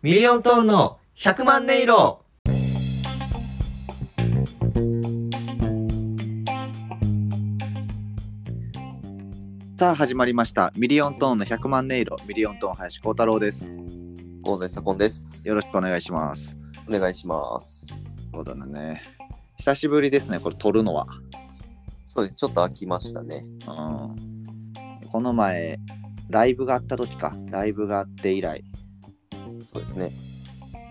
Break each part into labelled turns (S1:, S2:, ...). S1: ミリオントーンの100万音色さあ始まりましたミリオントーンの100万音色ミリオントーン林光太郎です
S2: ゴーザイサコンです。
S1: よろしくお願いします
S2: お願いします。
S1: そうだね久しぶりですねこれ撮るのは
S2: そうです。ちょっと飽きましたね。
S1: うんこの前ライブがあった時かライブがあって以来
S2: そうですね。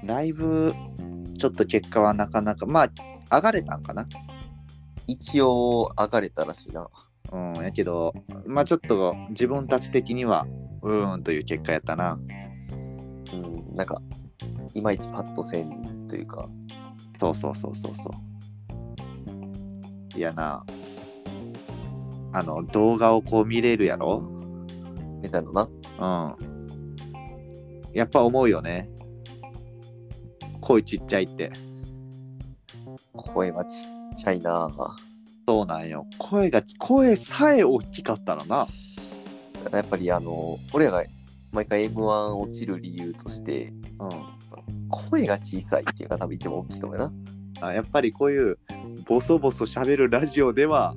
S1: ライブちょっと結果はなかなかまあ上がれたんかな
S2: 一応、上がれたらしいな。
S1: うんやけどまあちょっと自分たち的にはうーんという結果やったな
S2: うん、なんか、いまいちパッとせんというか、
S1: そうそうそうそうそういやなあの動画をこう見れるやろ
S2: みたいなな。
S1: うんやっぱ思うよね声ちっちゃいって
S2: 声はちっちゃいな。
S1: そうなんよ声が声さえ大きかったらな
S2: やっぱり、あの、俺らが毎回 M1 落ちる理由として、
S1: うん
S2: 声が小さいっていうのが多分一番大きいと思うな。
S1: あやっぱりこういうボソボソ喋るラジオでは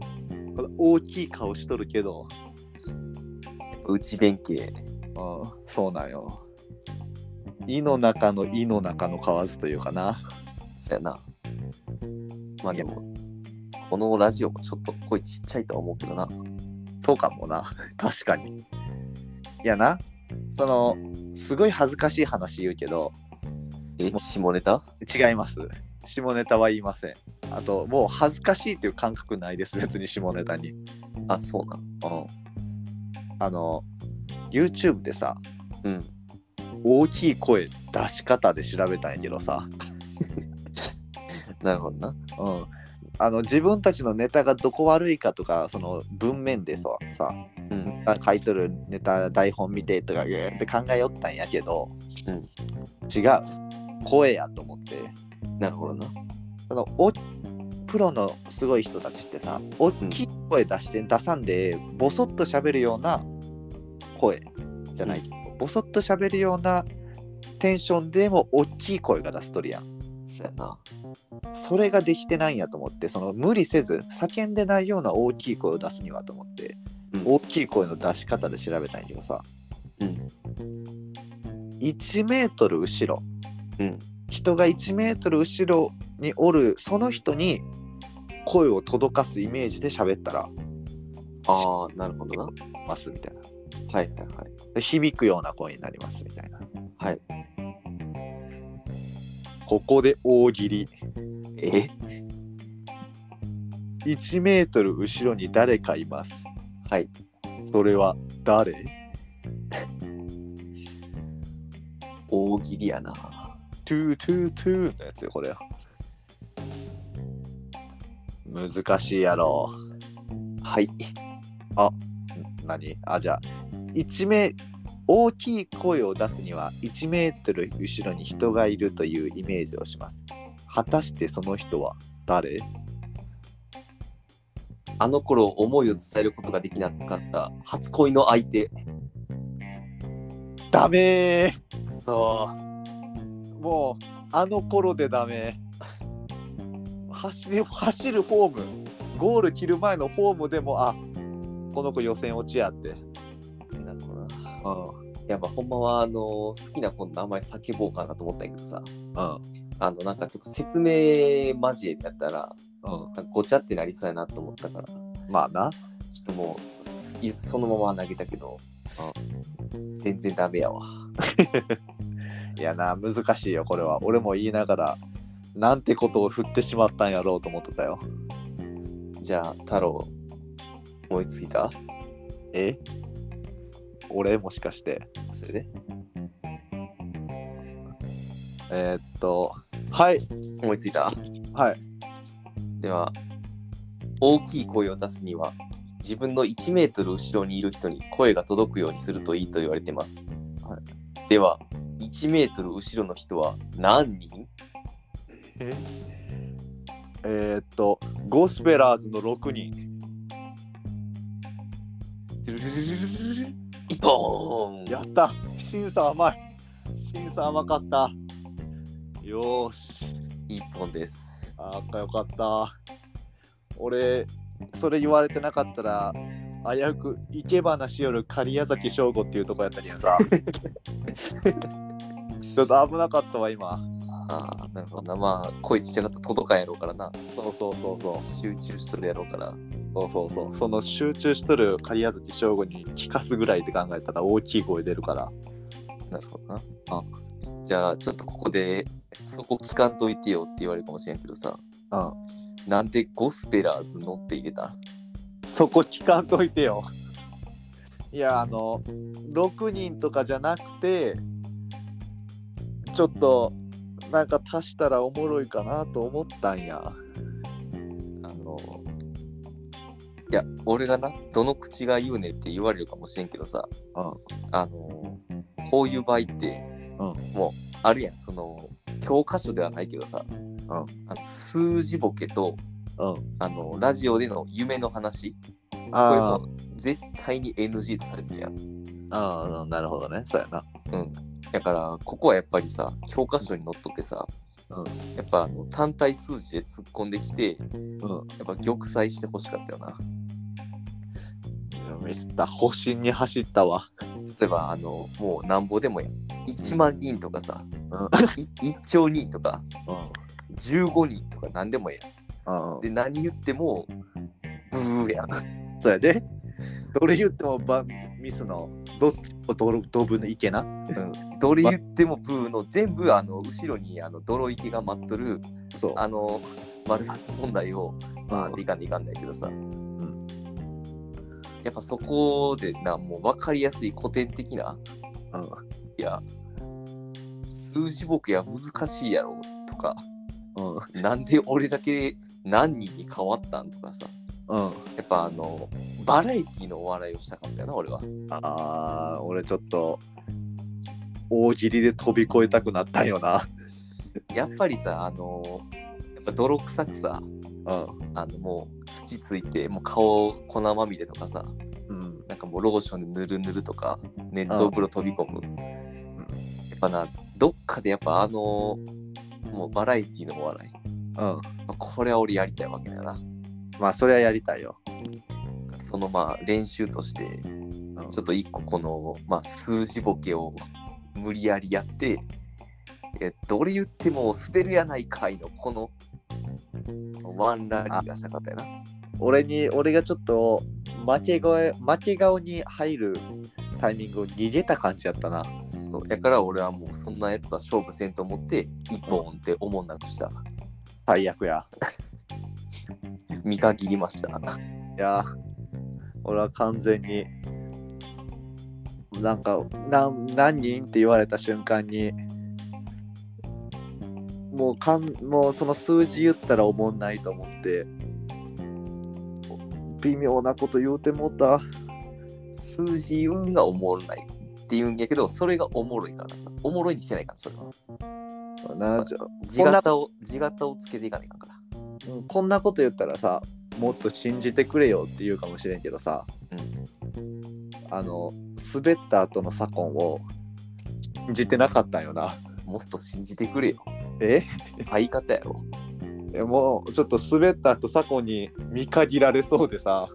S1: この大きい顔しとるけど
S2: やっぱ内弁慶。
S1: ああそうなんよ。胃の中の胃の中の蛙というかな。
S2: そうやな。まあでも、このラジオもちょっと声ちっちゃいとは思うけどな。
S1: そうかもな。確かに。いやな、その、すごい恥ずかしい話言うけど、
S2: え、下ネタ
S1: 違います。下ネタは言いません。あと、もう恥ずかしいっていう感覚ないです、別に下ネタに。うん。
S2: あ、そうな。
S1: あの、YouTube でさ、
S2: うん。
S1: 大きい声出し方で調べたんやけどさ、
S2: なるほどな。
S1: うん、あの自分たちのネタがどこ悪いかとかその文面でささ
S2: うん。
S1: あ書いとるネタ台本見てとかぐーって考えよったんやけど、
S2: うん
S1: 違う声やと思って
S2: なるほどな。
S1: そのおプロのすごい人たちってさ大きい声出して出さんでボソッと喋るような声じゃないけど、ボソッと喋るようなテンションでも大きい声が出すとるやん。
S2: そうやな。
S1: それができてないんやと思ってその無理せず叫んでないような大きい声を出すにはと思って、
S2: うん
S1: 大きい声の出し方で調べたんやけどさ、
S2: うん
S1: 1メートル後ろ
S2: うん。
S1: 人が1メートル後ろにおるその人に声を届かすイメージで喋ったら
S2: ああ、なるほどな。は
S1: ますみたいない
S2: はいはい。
S1: で響くような声になりますみたいな
S2: はい
S1: ここで大喜利
S2: え
S1: 1メートル後ろに誰かいます
S2: はい。
S1: それは誰
S2: 大喜利やな。
S1: トゥートゥートゥーのやつよこれ難しいやろ
S2: はい。
S1: 何あじゃあ1名大きい声を出すには1メートル後ろに人がいるというイメージをします果たしてその人は誰
S2: あの頃思いを伝えることができなかった初恋の相手。
S1: ダメ
S2: そ
S1: ーもうあの頃でダメ走り走るフォームゴール切る前のフォームでもあこの子予選落ちやって、
S2: う。なるほどな。
S1: う
S2: やっぱほんまはあの好きな子の名前叫ぼうかなと思ったんやけどさ。
S1: んうん
S2: あのなんかちょっと説明交えだったら、
S1: うん
S2: なんかごちゃってなりそうやなと思ったから、ちょ
S1: まあな
S2: っともういそのまま投げたけど、全然ダメやわ。
S1: いやな難しいよこれは俺も言いながらなんてことを振ってしまったんやろうと思ってたよ
S2: じゃあ太郎思いついた
S1: え俺もしかして
S2: それで
S1: えー、っとはい
S2: 思いついた
S1: はい
S2: では大きい声を出すには自分の1メートル後ろにいる人に声が届くようにするといいと言われてます、
S1: は
S2: では1メートル後ろの人は何人
S1: えー、っとゴスペラーズの6人
S2: ボーン
S1: やった審査甘い審査甘かった。よーし。
S2: 一本です。
S1: あーかよかった。俺、それ言われてなかったら、危うく、いけばなしよる狩矢崎翔吾っていうとこやったけどさ。ちょっと危なかったわ、今。
S2: ああ、なるほどな。まあ、声ちっちゃかったら届かんやろうからな。
S1: そうそうそうそう。
S2: 集中しとるやろうから。
S1: そうそうそう。その集中しとる狩矢崎翔吾に聞かすぐらいって考えたら大きい声出るから。
S2: なるほどな。
S1: あ
S2: じゃあ、ちょっとここで、そこ聞かんといてよって言われるかもしれんけどさ。
S1: うん。
S2: なんでゴスペラーズのって入れた
S1: そこ聞かんといてよ。いや、あの、6人とかじゃなくて、ちょっと、なんか足したらおもろいかなと思ったんや。
S2: あの、いや、俺がな、どの口が言うねって言われるかもしれんけどさ、
S1: うん
S2: あの、こういう場合って、もう、あるやん、その、教科書ではないけどさ、あの数字ボケと、
S1: うん。
S2: あの、ラジオでの夢の話、これ
S1: あ
S2: も絶対に NG とされてるやん。
S1: あ、なるほどね。そうやな。
S2: うん。だから、ここはやっぱりさ、教科書にのっとってさ、
S1: うん
S2: やっぱあの単体数字で突っ込んできて、
S1: うん。
S2: やっぱ玉砕してほしかったよな。
S1: ミスった。保身に走ったわ。
S2: 例えばあのもうなんぼでもや1万人とかさ、
S1: う
S2: い1兆人とか
S1: うん。
S2: 15人とか何でもや
S1: うん。
S2: で何言ってもブーやん
S1: そうやで。どれ言ってもばミスの、どっちもドロドブのいけな。
S2: うんどれ言ってもブーの全部あの後ろにあの泥池が待っとる
S1: そう。
S2: あの丸抜問題をバーンっていかんでいかんだけどさ、
S1: ん
S2: やっぱそこでなもう分かりやすい古典的な
S1: うん。
S2: いや数字ボケは難しいやろとか
S1: うん。
S2: なんで俺だけ何人に変わったんとかさ
S1: うん。
S2: やっぱあのバラエティのお笑いをしたかったよな俺は
S1: あー俺ちょっと大喜利で飛び越えたくなったんよな。
S2: やっぱりさあのやっぱ泥臭くさ
S1: うん。
S2: あのもう土ついてもう顔粉まみれとかさ
S1: うん。
S2: なんかもうローションでぬるぬるとか熱湯風呂飛び込むやっぱなどっかでやっぱあのもうバラエティのお笑い
S1: うん。
S2: これは俺やりたいわけだよな
S1: まあそれはやりたいよ。
S2: そのまあ練習として
S1: うん
S2: ちょっと一個この、まあ、数字ボケを無理やりやって、えっと、俺言っても滑るやないかいのこの、このワンラリーがしたかったよな。
S1: 俺に俺がちょっと負け声負け顔に入るタイミングを逃げた感じやったな。
S2: そう。やから俺はもうそんなやつとは勝負せんと思って、一本って思んなくした。
S1: 最悪や。
S2: 見限りました。
S1: いや俺は完全になんかなん何人って言われた瞬間にもうかんもうその数字言ったらおもんないと思って微妙なこと言うてもうた
S2: 数字言うんがおもろないって言うんやけど、それがおもろいからさ。おもろいにしてないから、それは。
S1: なちょ
S2: 地型を、地型をつけていかないかんから。
S1: うんこんなこと言ったらさもっと信じてくれよって言うかもしれんけどさ、あの滑った後の左近を信じてなかったんよな
S2: もっと信じてくれよ。
S1: え
S2: 相方やろ。
S1: えもうちょっと滑った後サコに見限られそうでさ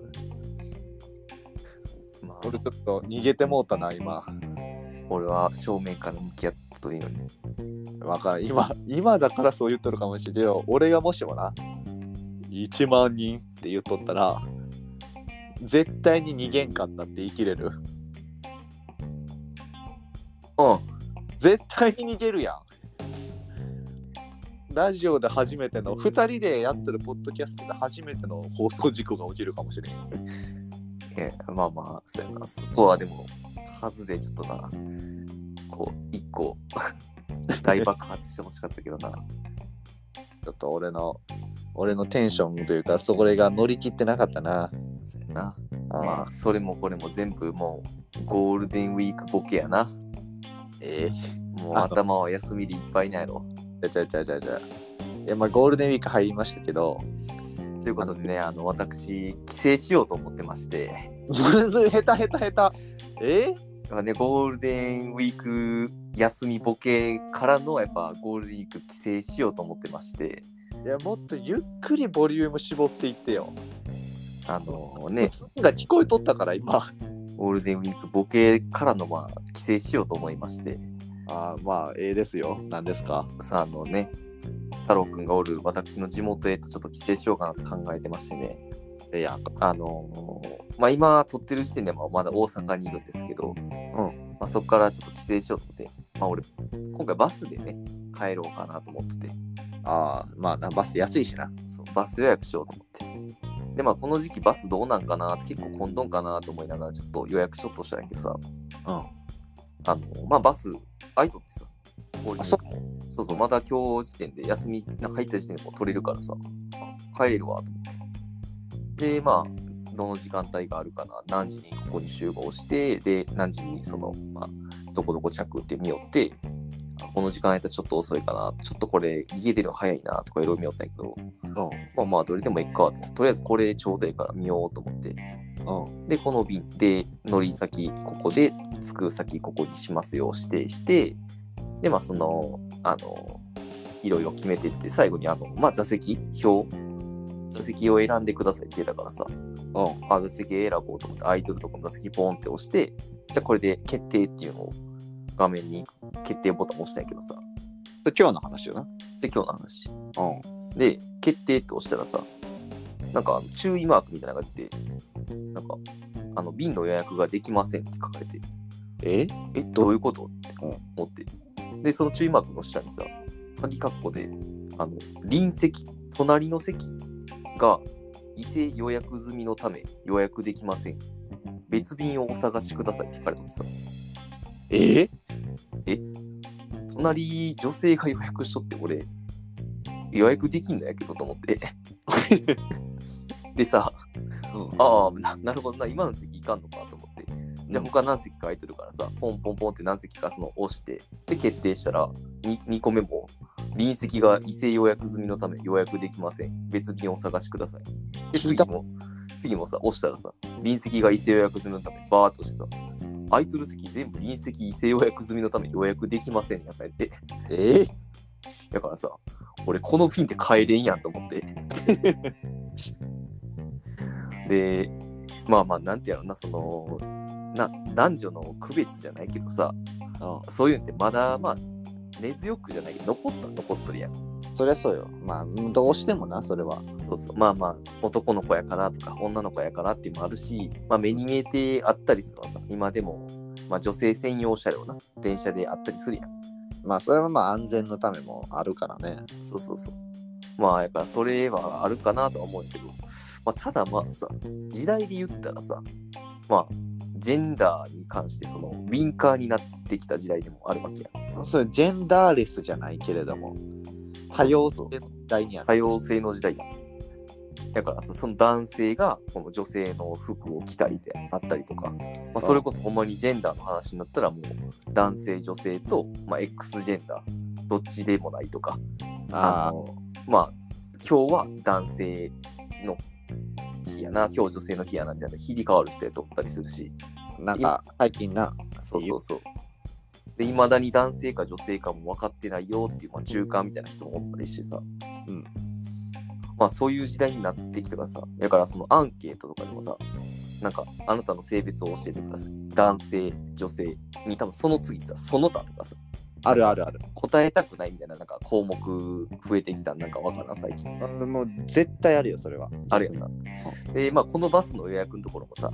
S2: まあ、
S1: 俺ちょっと逃げてもうたな今
S2: 俺は正面から向き合ったといいのに。
S1: わからん今今だからそう言っとるかもしれんよ俺がもしもな1万人って言っとったら絶対に逃げんかったって言い切れる
S2: うん。
S1: 絶対に逃げるやんラジオで初めての2人でやってるポッドキャストで初めての放送事故が起きるかもしれん
S2: えまあまあ、そうやな。そこはでも、数でちょっとな、こう、一個、 大爆発してほしかったけどな。
S1: ちょっと俺の俺のテンションというかそれが乗り切ってなかったな
S2: そうやな。
S1: あ
S2: まあ、それもこれも全部もう、ゴールデンウィークボケやな。
S1: え
S2: もう
S1: あと
S2: 頭は休みでいっぱいなんやろ。
S1: えちゃうちゃうちゃうちゃういやまあゴールデンウィーク入りましたけど
S2: ということでね、あの、私、帰省しようと思ってまして、
S1: むずい下手下手下手え
S2: だからね、ゴールデンウィーク休みボケからのやっぱゴールデンウィーク帰省しようと思ってまして、
S1: いやもっとゆっくりボリューム絞っていってよ。
S2: あのね、
S1: が聞こえとったから今。
S2: ゴールデンウィークボケからのまあ帰省しようと思いまして、
S1: あーまあええですよ。何ですか
S2: さあ、あのね、太郎くんがおる私の地元へとちょっと帰省しようかなと考えてましてね、
S1: ええやん
S2: あのーまあ今撮ってる時点ではまだ大阪にいるんですけど、
S1: ん
S2: まあ、そこからちょっと帰省しようと思って、まあ俺、今回バスでね、帰ろうかなと思ってて、
S1: ああまあなバス安いしな。
S2: そうバス予約しようと思って。で、まあ、この時期バスどうなんかなって結構混んどんかなと思いながらちょっと予約しようとしたんやけどさ、
S1: うん。
S2: あの、まあ、バス、空いとってさ、ゴールデンウィ
S1: あそ
S2: ークもそうそう、また今日時点で休みなんか入った時点でもう取れるからさ、あ帰れるわと思って。で、まあ、どの時間帯があるかな、何時にここに集合して、で、何時にその、まあ、どこどこ着って見よって、あこの時間やったらちょっと遅いかな、ちょっとこれ、家出るの早いなとかいろいろ見よったんやけど、
S1: う
S2: まあまあ、どれでもいいかと思って。とりあえずこれちょうどいいから見ようと思って。
S1: ん。うん。
S2: で、この便で、乗り先ここで、着く先ここにしますよ、指定して、で、まあその、あの、いろいろ決めてって、最後にあの、まあ座席、表、座席を選んでくださいって言ったからさ、
S1: うん。
S2: あ、座席選ぼうと思って、空いてるとこの座席ポンって押して、じゃあこれで決定っていうのを画面に決定ボタン押したんやけどさ、
S1: それ今日の話よな。
S2: それ今日の話。
S1: うん。
S2: で、決定って押したらさ、なんかあの注意マークみたいなのが出て、なんか、あの、便の予約ができませんって書かれて、
S1: え
S2: え、どういうことって
S1: うん
S2: 思って。で、その注意マークの下にさ、鍵括弧で、あの、隣席、隣の席が、異性予約済みのため予約できません。別便をお探しくださいって書かれててさ、
S1: え
S2: 隣女性が予約しとって俺予約できんのやけどと思ってでさ、
S1: うん
S2: ああな なるほどな今の席いかんのかと思ってじゃあ他何席か空いてるからさポンポンポンって何席かその押してで決定したら 2, 2個目も隣席が異性予約済みのため予約できません別便をお探しくださいで
S1: 聞い
S2: 次
S1: た
S2: も次もさ押したらさ隣席が異性予約済みのためバーっとしてさ空いてる席全部隣席異性予約済みのため予約できませんやったんやって
S1: え
S2: だからさ、俺このピンで帰れんやんと思って。で、まあまあ、なんてやろな、その、な男女の区別じゃないけどさ、
S1: う
S2: そういうのってまだまあ、根強くじゃないけど、残ったら残っとるやん。
S1: ん。そりゃそうよ。まあどうしてもな、それは。
S2: そうそう。まあまあ、男の子やからとか、女の子やからっていうのもあるし、まあ目に見えてあったりするのはさ、今でも、まあ女性専用車両な、電車であったりするやん。
S1: まあそれはまあ安全のためもあるからね。
S2: そうそうそう。まあ、やからそれはあるかなとは思うんやけど、まあ、ただまあさ、時代で言ったらさ、まあ、ジェンダーに関してそのウィンカーになってきた時代でもあるわけや。
S1: それジェンダーレスじゃないけれども、多様性
S2: そう
S1: の
S2: そう
S1: 時代にあ
S2: 多
S1: る。
S2: 様性の時代や。だからさ、その男性がこの女性の服を着たりであったりとか、まあ、それこそほんまにジェンダーの話になったらもう男性、女性と、まあ、X ジェンダー、どっちでもないとか、あ
S1: あ
S2: のまあ今日は男性の日やな今日女性の日やなみたいな日に変わる人やとったりするし
S1: あ、なんか最近な。
S2: そうそうそうでいまだに男性か女性かも分かってないよっていう、まあ、中間みたいな人もおったりしてさ、
S1: うん
S2: まあそういう時代になってきたからさだからそのアンケートとかでもさなんかあなたの性別を教えてください男性女性に多分その次にさその他とかさ
S1: あるあるある。
S2: 答えたくないみたいななんか項目増えてきたなんかわからん最近
S1: あもう絶対あるよ、それは。
S2: あるやんな。で、まあ、このバスの予約のところもさ、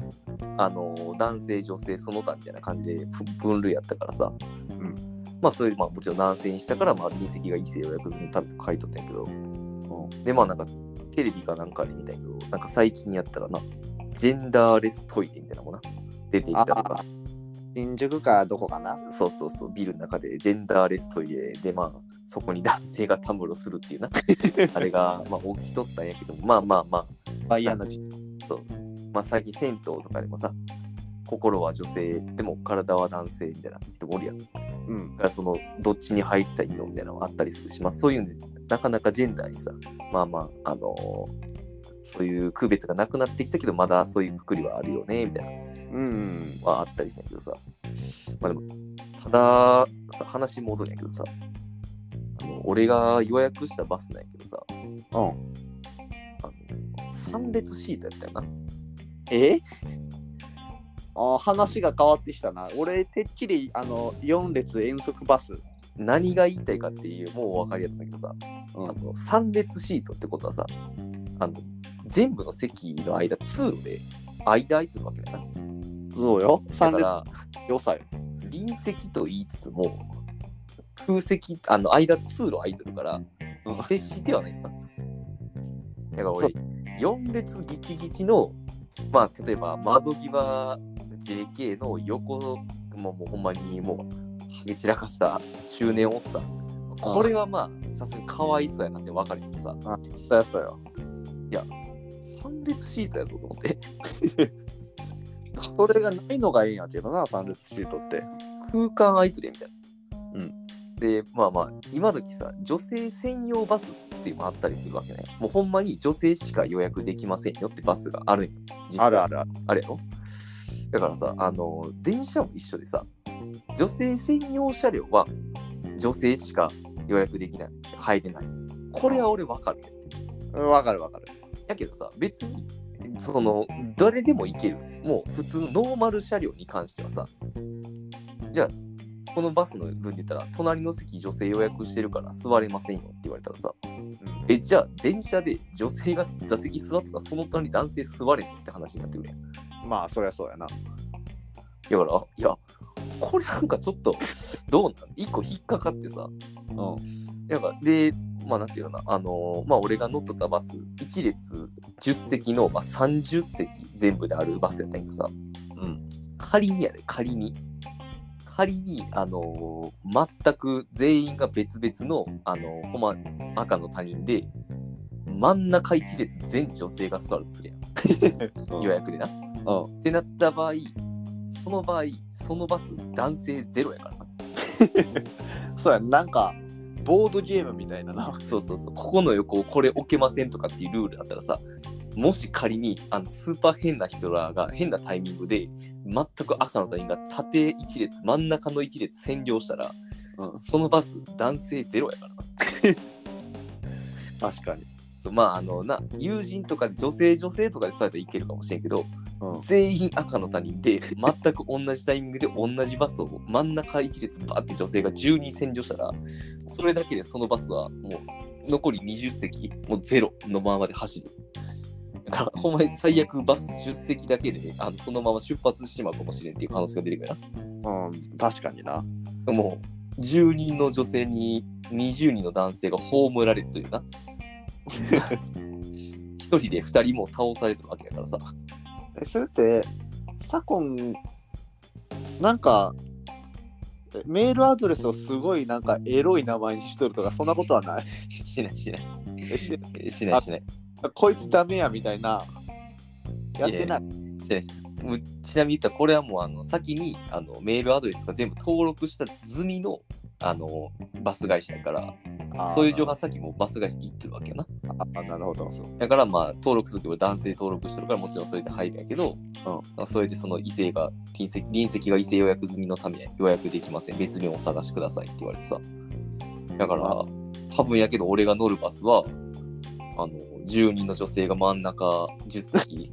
S2: あのー男性、女性、その他みたいな感じでふ分類やったからさ、
S1: ん
S2: まあ、それ、まあ、もちろん男性にしたから、まあ、隣席が異性予約済みたって書いとったんやけど、で、まあ、なんか、テレビかなんかで見たんやけど、なんか最近やったらな、ジェンダーレストイレみたいなのもな、出てきたと
S1: あ
S2: か、
S1: 新宿かどこかな。
S2: そうそうそう、ビルの中でジェンダーレストイレで、まあ、そこに男性がたむろするっていう な、あれが、まあ、起きとったんやけど、まあまあまあ、
S1: まあ嫌な時
S2: そう。まあ、最近銭湯とかでもさ、心は女性、でも体は男性みたいな人もおるやん。だ
S1: うん。
S2: からその、どっちに入ったらいいのみたいなのがあったりするし、まあそういうんで、なかなかジェンダーにさ、まあまあ、あのーそういう区別がなくなってきたけど、まだそういうくくりはあるよね、みたいな
S1: うん。
S2: はあったりするんやけどさ。まあでも、ただ、さ話戻るんやけどさ、あの俺が予約したバスなんやけどさ、
S1: うん。
S2: あの3列シートやったよな。
S1: えあー話が変わってきたな。俺、てっきり、あの、4列遠足バス。
S2: 何が言いたいかっていう、もうお分かりやったんだけどさ、
S1: う
S2: あ。の3列シートってことはさ、あの全部の席の間通路で間空いてるわけだな。
S1: そうよ。
S2: だ
S1: 3
S2: から
S1: 列、良さよ。
S2: 隣席と言いつつも、空席、あの間通路空いてるから、接してはないんだ。だから俺、4列ギチギチの、まあ例えば窓際 JK の横の、もうもうほんまにもう、はげ散らかした中年おっさん。これはまあ、さすがにかわいそうやなって分かるけどさ、
S1: そうやそうよ。
S2: 3列シートやぞと思って。
S1: それがないのがいいんやけどな、3列シートって。
S2: 空間空いとるやみたい
S1: う
S2: な。
S1: ん。
S2: で、まあまあ、今時さ、女性専用バスっていうのもあったりするわけね。もうほんまに女性しか予約できませんよってバスがあるんよ実際
S1: あるあるある。
S2: あれやろだからさ、あの、電車も一緒でさ、女性専用車両は女性しか予約できない、入れない。これは俺わかるよ。
S1: うんわかるわかる。
S2: やけどさ、別に、その、誰でも行ける。もう普通のノーマル車両に関してはさ、じゃあ、このバスの分で言ったら、隣の席女性予約してるから座れませんよって言われたらさ、
S1: うん
S2: え、じゃあ電車で女性が座席座ってたらその隣男性座れんって話になってくるやん。
S1: まあ、そりゃそうやな。
S2: だから、あいや、これなんかちょっと、どうなん一個引っかかってさ、
S1: うん。
S2: なんかで、まあなんていうのかな、あのーまあ俺が乗ってたバス、1列10席の、まあ、30席全部であるバスやったんやけどさ、
S1: うん。
S2: 仮にやで、仮に。仮に、あのー全く全員が別々の、あのーほんま、赤の他人で、真ん中1列全女性が座るとするやん、予約でな。っ
S1: うん。
S2: てなった場合、その場合、そのバス、男性ゼロやからな。
S1: そうや、なんか、ボードゲームみたいなな。
S2: そうそうそう、ここの横をこれ置けませんとかっていうルールだったらさ、もし仮にあのスーパー変な人らが変なタイミングで、全く赤の他人が縦一列、真ん中の一列占領したら、
S1: うん
S2: そのバス、男性ゼロやからな。
S1: 確かに。
S2: そうまあ、あのな友人とかで女性女性とかでそうやっていけるかもしれんけど、
S1: うん。
S2: 全員赤の他人で全く同じタイミングで同じバスを真ん中一列バーって女性が10人占領したらそれだけでそのバスはもう残り20席もうゼロのままで走るだからほんまに最悪バス10席だけであのそのまま出発してしまうかもしれんっていう可能性が出てくる
S1: うん、確かにな。
S2: なもう10人の女性に20人の男性が葬られるとい うな一人で二人も倒されてるわけだからさ
S1: えそれって、左近、なんか、えメールアドレスをすごいなんかエロい名前にしとるとかそんなことは ない
S2: しないしない
S1: えし
S2: しないしない
S1: こいつダメやみたいなやってない
S2: してないしてないもうちなみに言ったらこれはもうあの先にあのメールアドレスとか全部登録した済みのあのバス会社やから
S1: あー
S2: そういう情報は先もうバス会社に行ってるわけやな
S1: あなるほど
S2: そうだからまあ登録するけど男性登録してるからもちろんそれで入るんやけど、まあそれでその異性が隣席隣席が異性予約済みのため予約できません別にお探しくださいって言われてさだから多分やけど俺が乗るバスはあの10人の女性が真ん中10席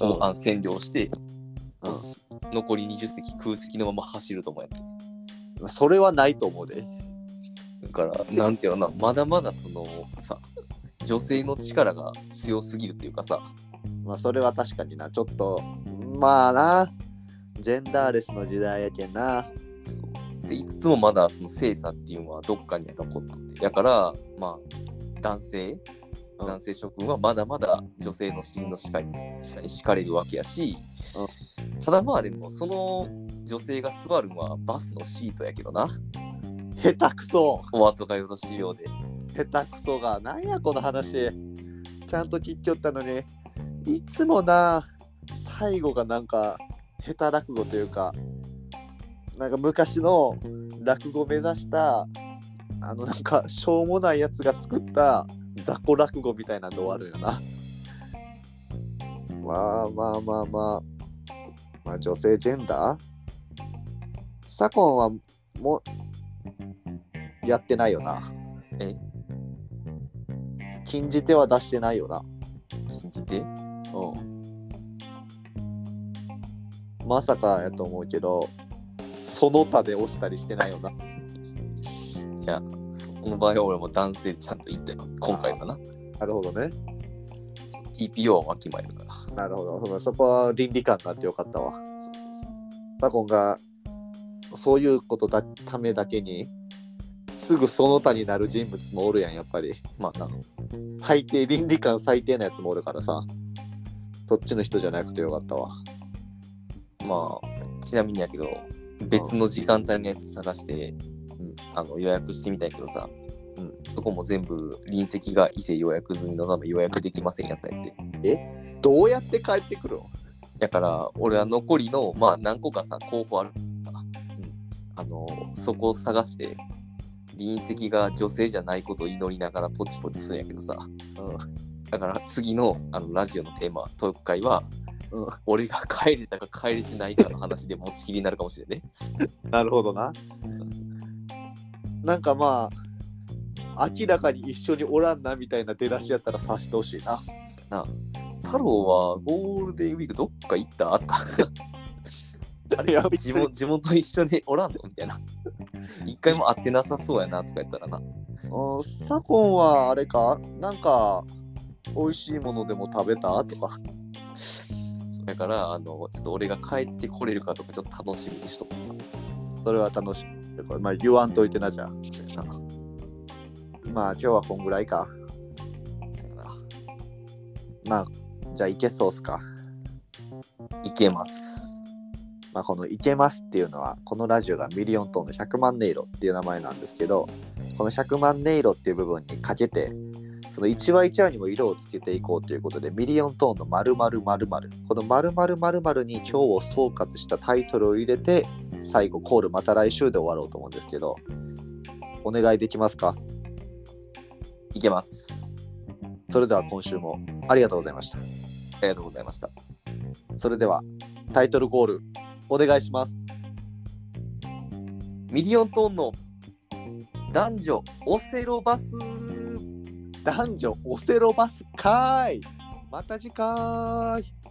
S1: うん
S2: をあの占領して、
S1: うん
S2: もうす残り20席空席のまま走ると思うやって
S1: それはないと思うで
S2: だ からなんていうのかなまだまだそのさ女性の力が強すぎるというかさ
S1: まあそれは確かになちょっとまあなジェンダーレスの時代やけんな
S2: そうでいつつもまだその性差っていうのはどっかには残っとってだからまあ男性
S1: うん
S2: 男性諸君はまだまだ女性の尻の下に下に敷かれるわけやし、ただまあでもその女性が座るのはバスのシートやけどな
S1: 下手くそ
S2: お後がよろしいようで
S1: 下手くそがなんやこの話ちゃんと切っきょったのにいつもな最後がなんか下手落語というかなんか昔の落語目指したあのなんかしょうもないやつが作った雑魚落語みたいなの終わるよなまあまあまあまあまあ、女性ジェンダー左近はもうやってないよな。
S2: え
S1: 禁じ手は出してないよな。
S2: 禁じて
S1: うん。まさかやと思うけど、その他で落ちたりしてないよな。
S2: いや、そこの場合は俺も男性でちゃんと言ったよ。今回はな。
S1: なるほどね。
S2: TPO はわきまえるから。そ
S1: なるほど。そこは倫理観があってよかったわ。
S2: うそうそう。
S1: ダコンがそういうことだためだけにすぐその他になる人物もおるやんやっぱり
S2: まあな、
S1: 最低倫理観最低なやつもおるからさそっちの人じゃなくてよかったわ
S2: まあ、ちなみにやけど、別の時間帯のやつ探して、
S1: ん
S2: あの予約してみたいけどさ、
S1: うん
S2: そこも全部隣席が伊勢予約済みのため予約できませんやったんやって。
S1: どうやって帰ってくるの
S2: だから俺は残りのまあ何個かさ候補あるから、あのそこを探して隣席が女性じゃないことを祈りながらポチポチするんやけどさ、
S1: うん
S2: だから次のあのラジオのテーマトーク会は、
S1: うん
S2: 俺が帰れたか帰れてないかの話で持ちきりになるかもしれないね。
S1: なるほどななんかまあ明らかに一緒におらんなみたいな出だしやったら察してほしいな
S2: そうやな太郎はゴールデンウィークどっか行ったとかあれ
S1: いや
S2: 地元地元一緒におらんのみたいな一回も会ってなさそうやなとか言ったらな
S1: うん左近はあれかなんか美味しいものでも食べたとか
S2: それからあのちょっと俺が帰ってこれるかとかちょっと楽しみにしとった
S1: それは楽しい。これまあ言わんといてなじゃあ。
S2: そうやな
S1: まあ今日はこんぐらいか。
S2: そうやな
S1: まあじゃあいけそうっすか。
S2: いけます
S1: まあこのいけますっていうのはこのラジオがミリオントーンの100万音色っていう名前なんですけどこの100万音色っていう部分にかけてその1話1話にも色をつけていこうということでミリオントーンの〇〇〇〇この〇〇〇〇に今日を総括したタイトルを入れて最後コールまた来週で終わろうと思うんですけどお願いできますか
S2: いけます
S1: それでは今週もありがとうございました。
S2: ありがとうございました
S1: それではタイトルコールお願いします。
S2: ミリオントーンの男女オセロバス
S1: 男女オセロバスかーい。また次回。